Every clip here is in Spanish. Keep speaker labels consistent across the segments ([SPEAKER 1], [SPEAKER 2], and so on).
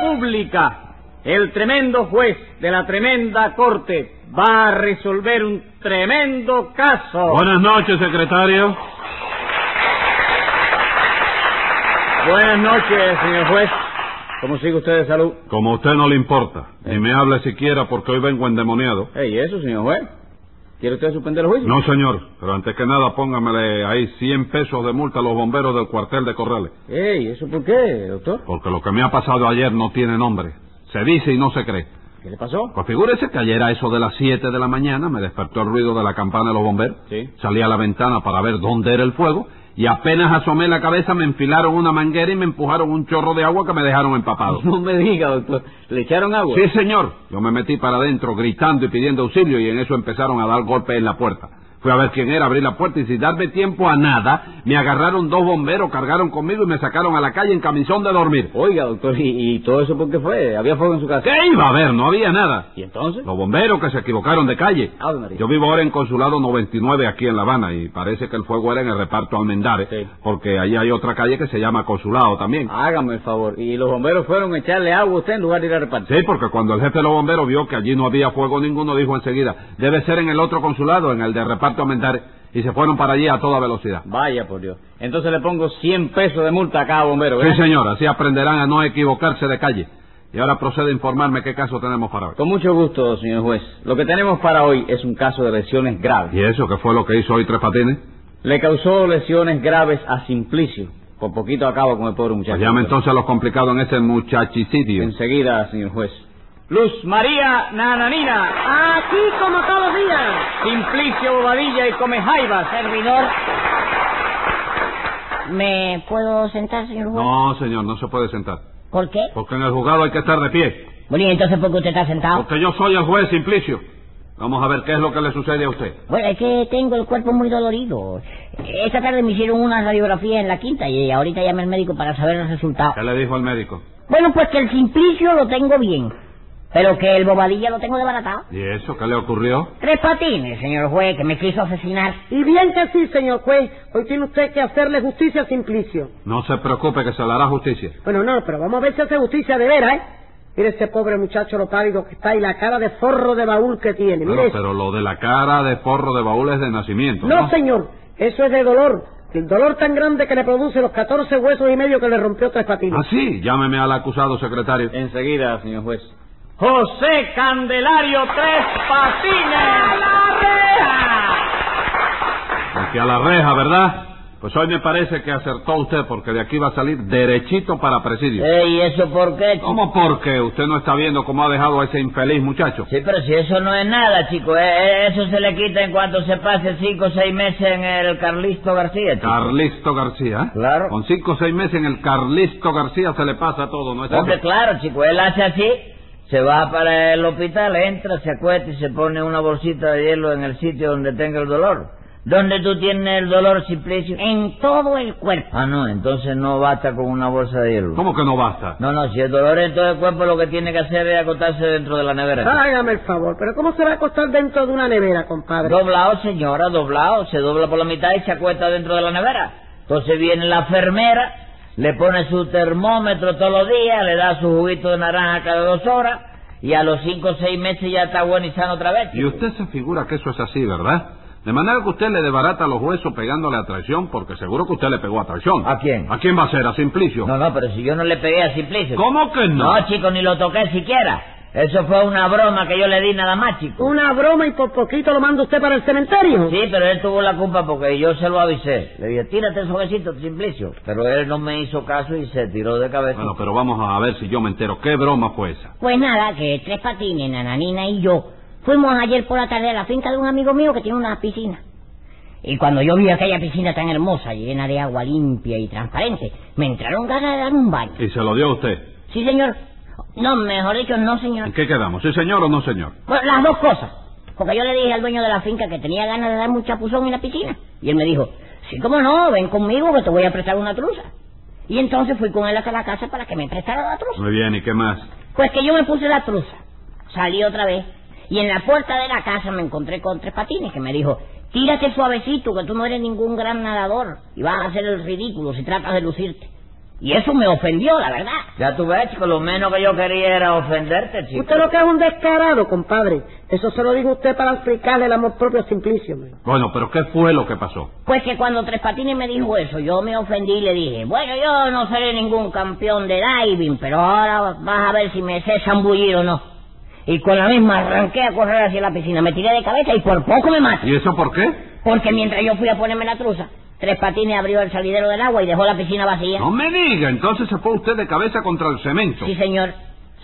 [SPEAKER 1] pública. El tremendo juez de la tremenda corte va a resolver un tremendo caso.
[SPEAKER 2] Buenas noches, secretario.
[SPEAKER 1] Buenas noches, señor juez. ¿Cómo sigue usted de salud?
[SPEAKER 2] Como a usted no le importa, ni me hable siquiera porque hoy vengo endemoniado.
[SPEAKER 1] Ey, eso, señor juez. ¿Quiere usted suspender el juicio?
[SPEAKER 2] No, señor, pero antes que nada póngamele ahí 100 pesos de multa a los bomberos del cuartel de Corrales,
[SPEAKER 1] Ey, ¿eso por qué, doctor?
[SPEAKER 2] porque lo que me ha pasado ayer no tiene nombre. Se dice y no se cree.
[SPEAKER 1] ¿Qué le pasó?
[SPEAKER 2] Pues figúrese que ayer a eso de las 7 de la mañana me despertó el ruido de la campana de los bomberos.
[SPEAKER 1] Sí.
[SPEAKER 2] Salí a la ventana para ver dónde era el fuego y apenas asomé la cabeza me enfilaron una manguera y me empujaron un chorro de agua que me dejaron empapado.
[SPEAKER 1] No me diga, doctor. ¿Le echaron agua?
[SPEAKER 2] Sí, señor. Yo me metí para adentro gritando y pidiendo auxilio y en eso empezaron a dar golpes en la puerta. Fui a ver quién era, abrí la puerta y sin darme tiempo a nada, me agarraron dos bomberos, cargaron conmigo y me sacaron a la calle en camisón de dormir.
[SPEAKER 1] Oiga, doctor, ¿y, y todo eso por qué fue? ¿Había fuego en su casa?
[SPEAKER 2] ¿Qué iba a haber? No había nada.
[SPEAKER 1] ¿Y entonces?
[SPEAKER 2] Los bomberos que se equivocaron de calle.
[SPEAKER 1] Ave María.
[SPEAKER 2] Yo vivo ahora en Consulado 99 aquí en La Habana y parece que el fuego era en el reparto Almendares,
[SPEAKER 1] Sí.
[SPEAKER 2] porque allí hay otra calle que se llama Consulado también.
[SPEAKER 1] Hágame el favor. ¿Y los bomberos fueron a echarle agua a usted en lugar de ir a repartir?
[SPEAKER 2] Sí, porque cuando el jefe de los bomberos vio que allí no había fuego ninguno, dijo enseguida, debe ser en el otro consulado, en el de reparto Mendares, y se fueron para allí a toda velocidad.
[SPEAKER 1] Vaya, por Dios. Entonces le pongo 100 pesos de multa a cada bombero,
[SPEAKER 2] Sí,
[SPEAKER 1] ¿verdad?
[SPEAKER 2] señor, así aprenderán a no equivocarse de calle. Y ahora procede a informarme qué caso tenemos para hoy.
[SPEAKER 1] Con mucho gusto, señor juez. Lo que tenemos para hoy es un caso de lesiones graves.
[SPEAKER 2] ¿Y eso qué fue lo que hizo hoy Tres Patines?
[SPEAKER 1] Le causó lesiones graves a Simplicio. Por poquito acabo con el pobre muchacho.
[SPEAKER 2] Pues llame entonces a los complicados en ese muchachicidio.
[SPEAKER 1] Enseguida, señor juez. Luz María Nananina,
[SPEAKER 3] Aquí como todos los días.
[SPEAKER 1] Simplicio Bobadilla y Comejaivas.
[SPEAKER 3] Servidor. ¿Me puedo sentar, señor juez?
[SPEAKER 2] No, señor, no se puede sentar.
[SPEAKER 3] ¿Por qué?
[SPEAKER 2] Porque en el juzgado hay que estar de pie.
[SPEAKER 3] Bueno, ¿y entonces por qué usted está sentado?
[SPEAKER 2] Porque yo soy el juez Simplicio. Vamos a ver qué es lo que le sucede a usted.
[SPEAKER 3] Bueno, es que tengo el cuerpo muy dolorido. Esta tarde me hicieron una radiografía en la quinta y ahorita llamé al médico para saber el resultado.
[SPEAKER 2] ¿Qué le dijo el médico?
[SPEAKER 3] Bueno, pues que el simplicio lo tengo bien, pero que el bobadilla lo tengo desbaratado.
[SPEAKER 2] ¿Y eso qué le ocurrió?
[SPEAKER 3] Tres patines, señor juez, que me quiso asesinar.
[SPEAKER 4] Y bien que sí, señor juez. Hoy tiene usted que hacerle justicia a Simplicio.
[SPEAKER 2] No se preocupe que se le hará justicia.
[SPEAKER 4] Bueno, no, pero vamos a ver si hace justicia de veras, ¿eh? Mire ese pobre muchacho lo pálido que está y la cara de forro de baúl que tiene.
[SPEAKER 2] Claro,
[SPEAKER 4] Mire eso.
[SPEAKER 2] pero lo de la cara de forro de baúl es de nacimiento, ¿no?
[SPEAKER 4] No, señor. Eso es de dolor. El dolor tan grande que le produce los 14 huesos y medio que le rompió tres patines.
[SPEAKER 2] Ah, sí, llámeme al acusado, secretario.
[SPEAKER 5] Eh.
[SPEAKER 1] Enseguida, señor juez. José Candelario Tres Patines.
[SPEAKER 2] Aquí a la reja, ¿verdad? Pues hoy me parece que acertó usted, porque de aquí va a salir derechito para presidio.
[SPEAKER 5] ¿Y eso por qué? chico?
[SPEAKER 2] ¿Cómo porque usted no está viendo cómo ha dejado a ese infeliz muchacho?
[SPEAKER 5] Sí, pero si eso no es nada, chico. eh, eh, Eso se le quita en cuanto se pase cinco o seis meses en el Carlisto García,
[SPEAKER 2] Ah,
[SPEAKER 5] chico.
[SPEAKER 2] Carlisto García. ¿eh?
[SPEAKER 5] Claro.
[SPEAKER 2] Con cinco o seis meses en el Carlisto García se le pasa todo, ¿no es
[SPEAKER 5] Hombre,
[SPEAKER 2] así?
[SPEAKER 5] claro, chico. Él hace así, se va para el hospital, entra, se acuesta y se pone una bolsita de hielo en el sitio donde tenga el dolor. ¿Dónde tú tienes el dolor, Simplicio?
[SPEAKER 3] En todo el cuerpo.
[SPEAKER 5] Ah, no, entonces no basta con una bolsa de hielo.
[SPEAKER 2] ¿Cómo que no basta?
[SPEAKER 5] No, no, si el dolor es en todo el cuerpo, lo que tiene que hacer es acotarse dentro de la nevera.
[SPEAKER 2] Ah,
[SPEAKER 5] chico.
[SPEAKER 4] Hágame el favor, pero ¿cómo se va a acostar dentro de una nevera, compadre?
[SPEAKER 5] Doblado, señora, doblado. Se dobla por la mitad y se acuesta dentro de la nevera. Entonces viene la enfermera, le pone su termómetro todos los días, le da su juguito de naranja cada dos horas y a los cinco o seis meses ya está bueno y sano otra vez.
[SPEAKER 2] Y
[SPEAKER 5] chico.
[SPEAKER 2] usted se figura que eso es así, ¿verdad? De manera que usted le debarata los huesos pegándole a traición, porque seguro que usted le pegó a traición.
[SPEAKER 5] ¿A quién?
[SPEAKER 2] ¿A quién va a ser? ¿A Simplicio?
[SPEAKER 5] No, no, pero si yo no le pegué a Simplicio.
[SPEAKER 2] ¿Cómo que no?
[SPEAKER 5] No, chico, ni lo toqué siquiera. Eso fue una broma que yo le di nada más, chico.
[SPEAKER 4] Una broma y por poquito lo manda usted para el cementerio.
[SPEAKER 5] Sí, pero él tuvo la culpa porque yo se lo avisé. Le dije, tírate suavecito, Simplicio. Pero él no me hizo caso y se tiró de cabeza.
[SPEAKER 2] Bueno, pero vamos a ver si yo me entero. ¿Qué broma fue esa?
[SPEAKER 3] Pues nada, que Tres Patines, Nananina y yo fuimos ayer por la tarde a la finca de un amigo mío que tiene una piscina. Y cuando yo vi aquella piscina tan hermosa, llena de agua limpia y transparente, me entraron ganas de dar un baño.
[SPEAKER 2] Y se lo dio a usted.
[SPEAKER 3] Sí, señor. No, mejor dicho, no,
[SPEAKER 2] ¿En
[SPEAKER 3] señor.
[SPEAKER 2] qué quedamos? ¿Sí, señor o no, señor?
[SPEAKER 3] Bueno, las dos cosas. Porque yo le dije al dueño de la finca que tenía ganas de dar un chapuzón en la piscina. Y él me dijo, sí, cómo no, ven conmigo que te voy a prestar una truza. Y entonces fui con él hasta la casa para que me prestara la truza.
[SPEAKER 2] Muy bien, ¿y qué más?
[SPEAKER 3] Pues que yo me puse la truza, salí otra vez, y en la puerta de la casa me encontré con tres patines que me dijo, tírate suavecito, que tú no eres ningún gran nadador, y vas a hacer el ridículo si tratas de lucirte. Y eso me ofendió, la verdad.
[SPEAKER 5] Ya tú ves, chico, lo menos que yo quería era ofenderte, chico.
[SPEAKER 4] Usted lo que es un descarado, compadre. Eso se lo digo a usted para explicarle el amor propio a Simplicio, hombre.
[SPEAKER 2] Bueno, pero ¿qué fue lo que pasó?
[SPEAKER 3] Pues que cuando Tres Patines me dijo eso, yo me ofendí y le dije, bueno, yo no seré ningún campeón de diving, pero ahora vas a ver si me sé zambullir o no. Y con la misma arranqué a correr hacia la piscina, me tiré de cabeza y por poco me mato.
[SPEAKER 2] ¿Y eso por qué?
[SPEAKER 3] Porque mientras yo fui a ponerme la truza, Tres Patines abrió el salidero del agua y dejó la piscina vacía.
[SPEAKER 2] No me diga, entonces se fue usted de cabeza contra el cemento.
[SPEAKER 3] Sí, señor.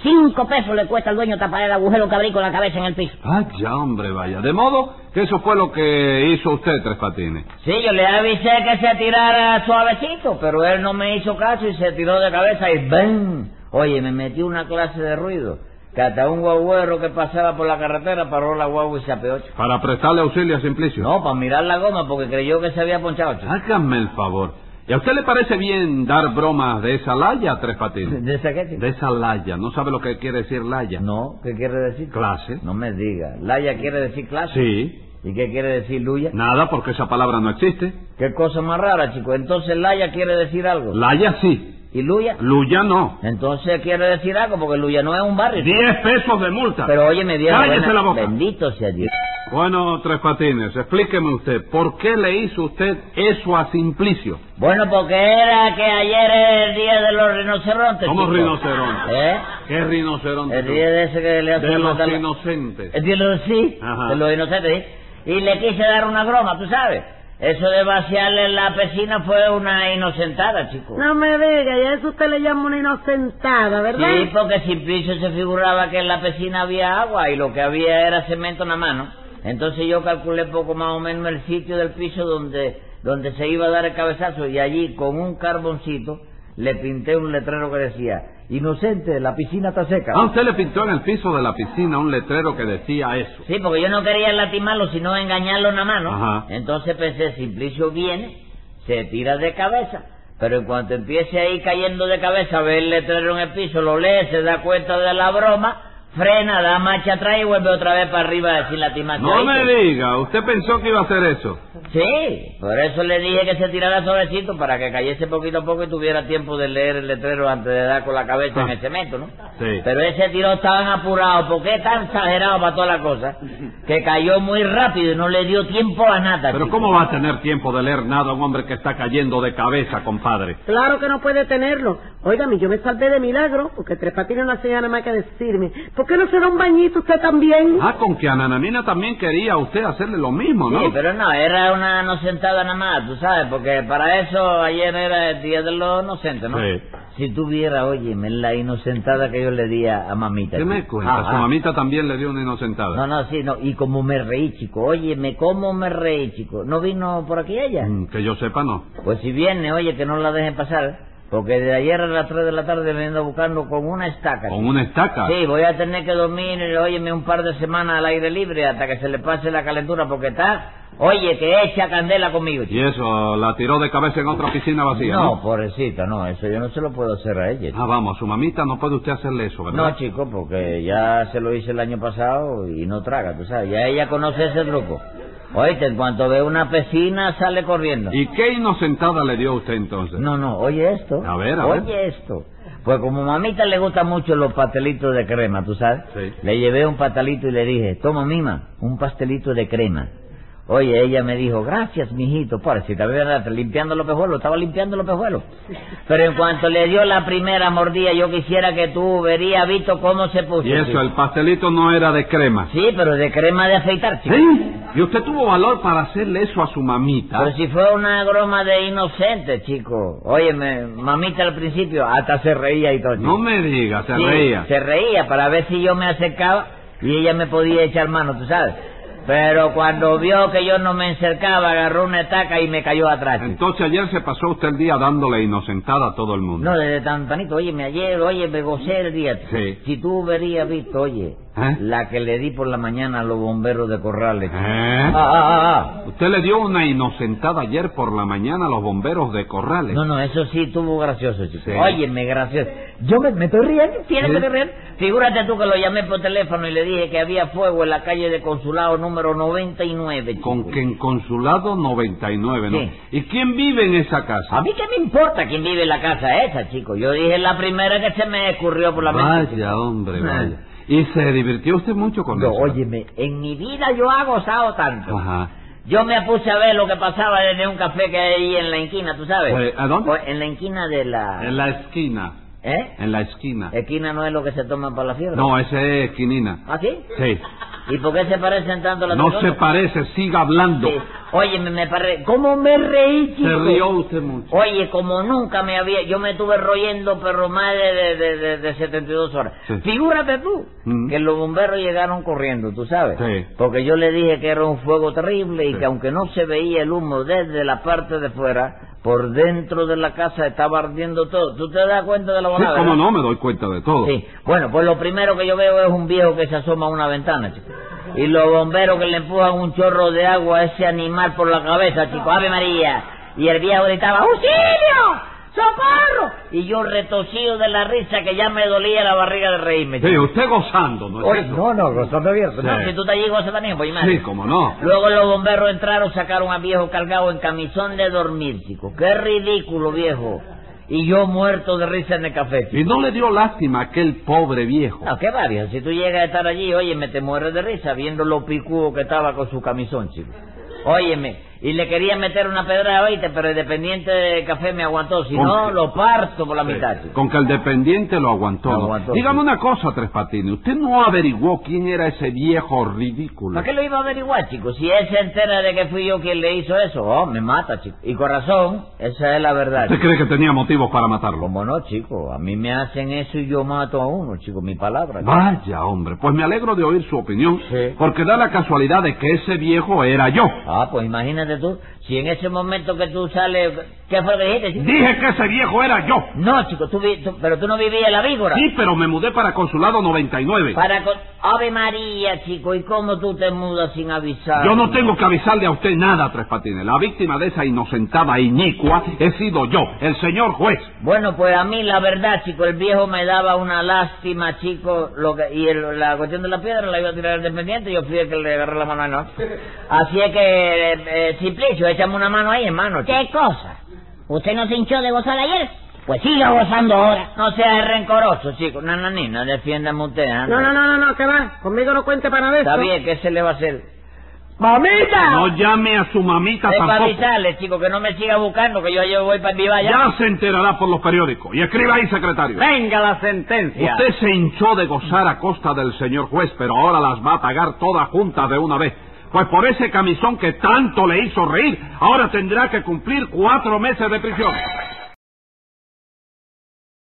[SPEAKER 3] Cinco pesos le cuesta al dueño tapar el agujero que abrí con la cabeza en el piso.
[SPEAKER 2] Ah, ya, hombre, vaya. De modo que eso fue lo que hizo usted, Tres Patines.
[SPEAKER 5] Sí, yo le avisé que se tirara suavecito, pero él no me hizo caso y se tiró de cabeza y ¡bam! Oye, me metí una clase de ruido, que hasta un guagüero que pasaba por la carretera paró la guagua y se apeó. chico.
[SPEAKER 2] Para prestarle auxilio a Simplicio.
[SPEAKER 5] No, para mirar la goma, porque creyó que se había ponchado.
[SPEAKER 2] Ah,
[SPEAKER 5] chico.
[SPEAKER 2] Hágame el favor. ¿Y a usted le parece bien dar bromas de esa laya, Tres Patines?
[SPEAKER 5] ¿De esa qué, chico?
[SPEAKER 2] De esa laya. ¿No sabe lo que quiere decir laya?
[SPEAKER 5] No, ¿qué quiere decir?
[SPEAKER 2] Clase.
[SPEAKER 5] No me diga. Laya quiere decir clase.
[SPEAKER 2] Sí.
[SPEAKER 5] ¿Y qué quiere decir luya?
[SPEAKER 2] Nada, porque esa palabra no existe.
[SPEAKER 5] Qué cosa más rara, chico. Entonces laya quiere decir algo.
[SPEAKER 2] Laya sí.
[SPEAKER 5] ¿Y luya?
[SPEAKER 2] Luya no.
[SPEAKER 5] Entonces quiere decir algo, porque luya no es un barrio. chico.
[SPEAKER 2] Diez pesos de multa.
[SPEAKER 5] Pero oye, me dieron...
[SPEAKER 2] Cállese la boca.
[SPEAKER 5] Bendito sea Dios.
[SPEAKER 2] Bueno, Tres Patines, explíqueme usted, ¿por qué le hizo usted eso a Simplicio?
[SPEAKER 5] Bueno, porque era que ayer es el día de los rinocerontes.
[SPEAKER 2] ¿Cómo
[SPEAKER 5] chico.
[SPEAKER 2] rinocerontes?
[SPEAKER 5] ¿Eh?
[SPEAKER 2] ¿Qué rinoceronte?
[SPEAKER 5] El día de ese que le hace
[SPEAKER 2] De los
[SPEAKER 5] matar-
[SPEAKER 2] inocentes.
[SPEAKER 5] El de los sí,
[SPEAKER 2] Ajá.
[SPEAKER 5] de los inocentes. ¿sí? Y le quise dar una broma, tú sabes. Eso de vaciarle la piscina fue una inocentada, chico.
[SPEAKER 4] No me diga, y a eso usted le llama una inocentada, ¿verdad?
[SPEAKER 5] Sí, porque Simplicio se figuraba que en la piscina había agua y lo que había era cemento en la mano. Entonces yo calculé poco más o menos el sitio del piso donde, donde se iba a dar el cabezazo y allí con un carboncito le pinté un letrero que decía, inocente, la piscina está seca.
[SPEAKER 2] Ah, usted le pintó en el piso de la piscina un letrero que decía eso.
[SPEAKER 5] Sí, porque yo no quería latimarlo, sino engañarlo nada más, ¿no?
[SPEAKER 2] Ajá.
[SPEAKER 5] Entonces pensé, Simplicio viene, se tira de cabeza, pero en cuanto empiece ahí cayendo de cabeza, ve el letrero en el piso, lo lee, se da cuenta de la broma, frena, da marcha atrás y vuelve otra vez para arriba sin latimar.
[SPEAKER 2] No me diga, usted pensó que iba a hacer eso.
[SPEAKER 5] Sí, por eso le dije que se tirara sobrecito, para que cayese poquito a poco y tuviera tiempo de leer el letrero antes de dar con la cabeza en el cemento, ¿no?
[SPEAKER 2] Ah. Sí.
[SPEAKER 5] Pero ese tiró estaban apurados, porque es tan exagerado para toda la cosa, que cayó muy rápido y no le dio tiempo a nada.
[SPEAKER 2] Pero
[SPEAKER 5] chico.
[SPEAKER 2] ¿cómo va a tener tiempo de leer nada a un hombre que está cayendo de cabeza, compadre?
[SPEAKER 4] Claro que no puede tenerlo. Óigame, yo me salvé de milagro, porque Tres Patines no hacía nada más que decirme. ¿Por qué no se da un bañito usted también?
[SPEAKER 2] Ah, con que a Nananina también quería usted hacerle lo mismo, ¿no?
[SPEAKER 5] Sí, pero no, era una inocentada nada más, tú sabes, porque para eso ayer era el día de los inocentes, ¿no?
[SPEAKER 2] Sí.
[SPEAKER 5] Si tuviera, óyeme, la inocentada que yo le di a, a mamita.
[SPEAKER 2] ¿Qué
[SPEAKER 5] chico.
[SPEAKER 2] me cuenta?
[SPEAKER 5] Ajá.
[SPEAKER 2] Su mamita también le dio una inocentada.
[SPEAKER 5] No, no, sí, no. Y como me reí, chico. Óyeme, ¿cómo me reí, chico? ¿No vino por aquí ella?
[SPEAKER 2] Mm, Que yo sepa, no.
[SPEAKER 5] Pues si viene, oye, que no la dejen pasar. Porque de ayer a las 3 de la tarde me ando buscando con una estaca.
[SPEAKER 2] Con
[SPEAKER 5] chico.
[SPEAKER 2] una estaca.
[SPEAKER 5] Sí, voy a tener que dormir, óyeme, un par de semanas al aire libre hasta que se le pase la calentura porque está, oye, que echa candela conmigo,
[SPEAKER 2] Y
[SPEAKER 5] chico.
[SPEAKER 2] eso, la tiró de cabeza en otra piscina vacía, ¿no?
[SPEAKER 5] No, pues. pobrecita, no, eso yo no se lo puedo hacer a ella. chico.
[SPEAKER 2] Ah, vamos, a su mamita no puede usted hacerle eso, ¿verdad?
[SPEAKER 5] No, chico, porque ya se lo hice el año pasado y no traga, tú sabes, ya ella conoce ese truco. Oíste, en cuanto ve una piscina sale corriendo.
[SPEAKER 2] ¿Y qué inocentada le dio usted entonces?
[SPEAKER 5] No, no, oye esto.
[SPEAKER 2] A ver, a ver.
[SPEAKER 5] oye esto. Pues como mamita le gustan mucho los pastelitos de crema, ¿tú sabes?
[SPEAKER 2] Sí.
[SPEAKER 5] Le llevé un pastelito y le dije, toma mima, un pastelito de crema. Oye, ella me dijo, gracias, mijito. Por si verdad, limpiando los pejuelos, estaba limpiando los pejuelos. Pero en cuanto le dio la primera mordida, yo quisiera que tú verías, Vito, cómo se puso.
[SPEAKER 2] Y eso,
[SPEAKER 5] chico.
[SPEAKER 2] el pastelito no era de crema.
[SPEAKER 5] Sí, pero de crema de afeitar, chico.
[SPEAKER 2] ¿Eh? ¿Y usted tuvo valor para hacerle eso a su mamita?
[SPEAKER 5] Pero si fue una broma de inocente, chico. Óyeme, mamita al principio hasta se reía y todo. chico.
[SPEAKER 2] No me diga, se
[SPEAKER 5] Sí,
[SPEAKER 2] reía.
[SPEAKER 5] Se reía para ver si yo me acercaba y ella me podía echar mano, tú sabes. Pero cuando vio que yo no me acercaba, agarró una estaca y me cayó atrás. chico.
[SPEAKER 2] Entonces ayer se pasó usted el día dándole inocentada a todo el mundo. ¿Eh?
[SPEAKER 5] No, desde tan tanito, oye, ayer, oye, me gocé el día.
[SPEAKER 2] Sí.
[SPEAKER 5] Si tú verías, visto, oye,
[SPEAKER 2] ¿Eh?
[SPEAKER 5] La que le di por la mañana a los bomberos de Corrales. chico.
[SPEAKER 2] ¿Eh?
[SPEAKER 5] Ah, ah, ah, ah.
[SPEAKER 2] Usted le dio una inocentada ayer por la mañana a los bomberos de Corrales.
[SPEAKER 5] No, no, eso sí estuvo gracioso, chico.
[SPEAKER 2] Sí.
[SPEAKER 5] Óyeme, gracioso. Yo me, me estoy riendo, fíjate
[SPEAKER 2] Sí.
[SPEAKER 5] que estoy riendo. Figúrate tú que lo llamé por teléfono y le dije que había fuego en la calle de Consulado número 99, chico.
[SPEAKER 2] Con que en consulado 99, ¿no?
[SPEAKER 5] Sí.
[SPEAKER 2] ¿Y quién vive en esa casa?
[SPEAKER 5] A mí qué me importa quién vive en la casa esa, chico. Yo dije la primera que se me escurrió por la mente. chico.
[SPEAKER 2] Vaya, hombre, vaya. ¿Y se divirtió usted mucho con
[SPEAKER 5] No,
[SPEAKER 2] eso?
[SPEAKER 5] óyeme, en mi vida yo ha gozado tanto.
[SPEAKER 2] Ajá.
[SPEAKER 5] Yo me puse a ver lo que pasaba desde un café que hay ahí en la esquina, ¿tú sabes?
[SPEAKER 2] Eh, ¿a dónde?
[SPEAKER 5] Pues, En la esquina de la...
[SPEAKER 2] En la esquina,
[SPEAKER 5] ¿Eh?
[SPEAKER 2] en la esquina.
[SPEAKER 5] Esquina no es lo que se toma para la fiebre.
[SPEAKER 2] No, ese es esquinina.
[SPEAKER 5] ¿Ah, sí?
[SPEAKER 2] Sí.
[SPEAKER 5] ¿Y por qué se parecen tanto las
[SPEAKER 2] No
[SPEAKER 5] dos
[SPEAKER 2] se
[SPEAKER 5] cosas?
[SPEAKER 2] parece, siga hablando.
[SPEAKER 5] Sí. Oye, me, me pare- ¿Cómo me reí,
[SPEAKER 2] Se
[SPEAKER 5] chico?
[SPEAKER 2] rió usted mucho.
[SPEAKER 5] Oye, como nunca me había... Yo me estuve royendo, pero más de, de, de, de- de 72 horas.
[SPEAKER 2] Sí.
[SPEAKER 5] Figúrate tú
[SPEAKER 2] Mm.
[SPEAKER 5] que los bomberos llegaron corriendo, tú sabes.
[SPEAKER 2] Sí.
[SPEAKER 5] Porque yo le dije que era un fuego terrible y
[SPEAKER 2] Sí.
[SPEAKER 5] que aunque no se veía el humo desde la parte de fuera, por dentro de la casa estaba ardiendo todo. ¿Tú te das cuenta de la
[SPEAKER 2] Sí,
[SPEAKER 5] bonada?
[SPEAKER 2] cómo
[SPEAKER 5] verdad?
[SPEAKER 2] no, me doy cuenta de todo.
[SPEAKER 5] Sí, bueno, pues lo primero que yo veo es un viejo que se asoma a una ventana, chico. Y los bomberos que le empujan un chorro de agua a ese animal por la cabeza, chico. ¡Ave María! Y el viejo gritaba, ¡Auxilio! ¡Socorro! Y yo retosío de la risa que ya me dolía la barriga de reírme,
[SPEAKER 2] Sí,
[SPEAKER 5] chico.
[SPEAKER 2] usted gozando, ¿no es
[SPEAKER 5] Oye,
[SPEAKER 2] eso?
[SPEAKER 5] no, no, gozando bien. No,
[SPEAKER 2] Sí.
[SPEAKER 5] si tú te allí gozas también, pues
[SPEAKER 2] Sí,
[SPEAKER 5] imagínate.
[SPEAKER 2] cómo no.
[SPEAKER 5] Luego los bomberos entraron, sacaron a viejo cargado en camisón de dormir, chico. ¡Qué ridículo, viejo! Y yo muerto de risa en el café, chico.
[SPEAKER 2] Y no le dio lástima a aquel pobre viejo.
[SPEAKER 5] No, qué barrio. Si tú llegas a estar allí, óyeme, te mueres de risa viendo lo picudo que estaba con su camisón, chico. Óyeme, y le quería meter una pedrada, oíste, pero el dependiente de café me aguantó. Si
[SPEAKER 2] Con-
[SPEAKER 5] no, lo parto por la
[SPEAKER 2] Sí,
[SPEAKER 5] mitad, chico.
[SPEAKER 2] Con que el dependiente lo aguantó.
[SPEAKER 5] Lo
[SPEAKER 2] ¿no?
[SPEAKER 5] aguantó,
[SPEAKER 2] Dígame
[SPEAKER 5] sí.
[SPEAKER 2] una cosa, Tres Patines. ¿Usted no averiguó quién era ese viejo ridículo?
[SPEAKER 5] ¿Para qué lo iba a averiguar, chico? Si él se entera de que fui yo quien le hizo eso, oh, me mata, chico. Y con razón, esa es la verdad.
[SPEAKER 2] ¿Usted
[SPEAKER 5] chico.
[SPEAKER 2] cree que tenía motivos para matarlo?
[SPEAKER 5] Como no, chico, a mí me hacen eso y yo mato a uno, chico, mi palabra. chico.
[SPEAKER 2] Vaya, hombre. Pues me alegro de oír su opinión.
[SPEAKER 5] Sí.
[SPEAKER 2] Porque da la casualidad de que ese viejo era yo.
[SPEAKER 5] Ah, pues imagínate tú, si en ese momento que tú sales... ¿Qué fue lo que dijiste, chico?
[SPEAKER 2] Dije que ese viejo era yo.
[SPEAKER 5] No, chico, tú vi- tú- pero tú no vivías en la víbora.
[SPEAKER 2] Sí, pero me mudé para Consulado 99.
[SPEAKER 5] Para con... Ave María, chico, ¿y cómo tú te mudas sin avisar?
[SPEAKER 2] Yo no tengo que avisarle a usted nada, Tres Patines. La víctima de esa inocentada inicua he sido yo, el señor juez.
[SPEAKER 5] Bueno, pues a mí la verdad, chico, el viejo me daba una lástima, chico, lo que... y el- la cuestión de la piedra la iba a tirar al dependiente, yo fui el que le agarré la mano a él, ¿no? Así es que, eh, eh, Simplicio, échame una mano ahí, hermano. chico.
[SPEAKER 3] ¿Qué cosa? ¿Usted no se hinchó de gozar ayer? Pues siga gozando ahora.
[SPEAKER 5] No seas rencoroso, chico, nananina, defiéndame usted, ¿ah?
[SPEAKER 4] No, no, no, no, no, que va. Conmigo no cuente para nada de
[SPEAKER 5] Está
[SPEAKER 4] eso.
[SPEAKER 5] bien, ¿qué se le va a hacer?
[SPEAKER 4] ¡Mamita!
[SPEAKER 2] No llame a su mamita
[SPEAKER 5] Es para
[SPEAKER 2] tampoco.
[SPEAKER 5] avisarle, chico, que no me siga buscando, que yo, yo voy para mi valla.
[SPEAKER 2] Ya se enterará por los periódicos. Y escriba ahí, secretario.
[SPEAKER 1] Venga la sentencia.
[SPEAKER 2] Usted se hinchó de gozar a costa del señor juez, pero ahora las va a pagar todas juntas de una vez. Pues por ese camisón que tanto le hizo reír, ahora tendrá que cumplir cuatro meses de prisión.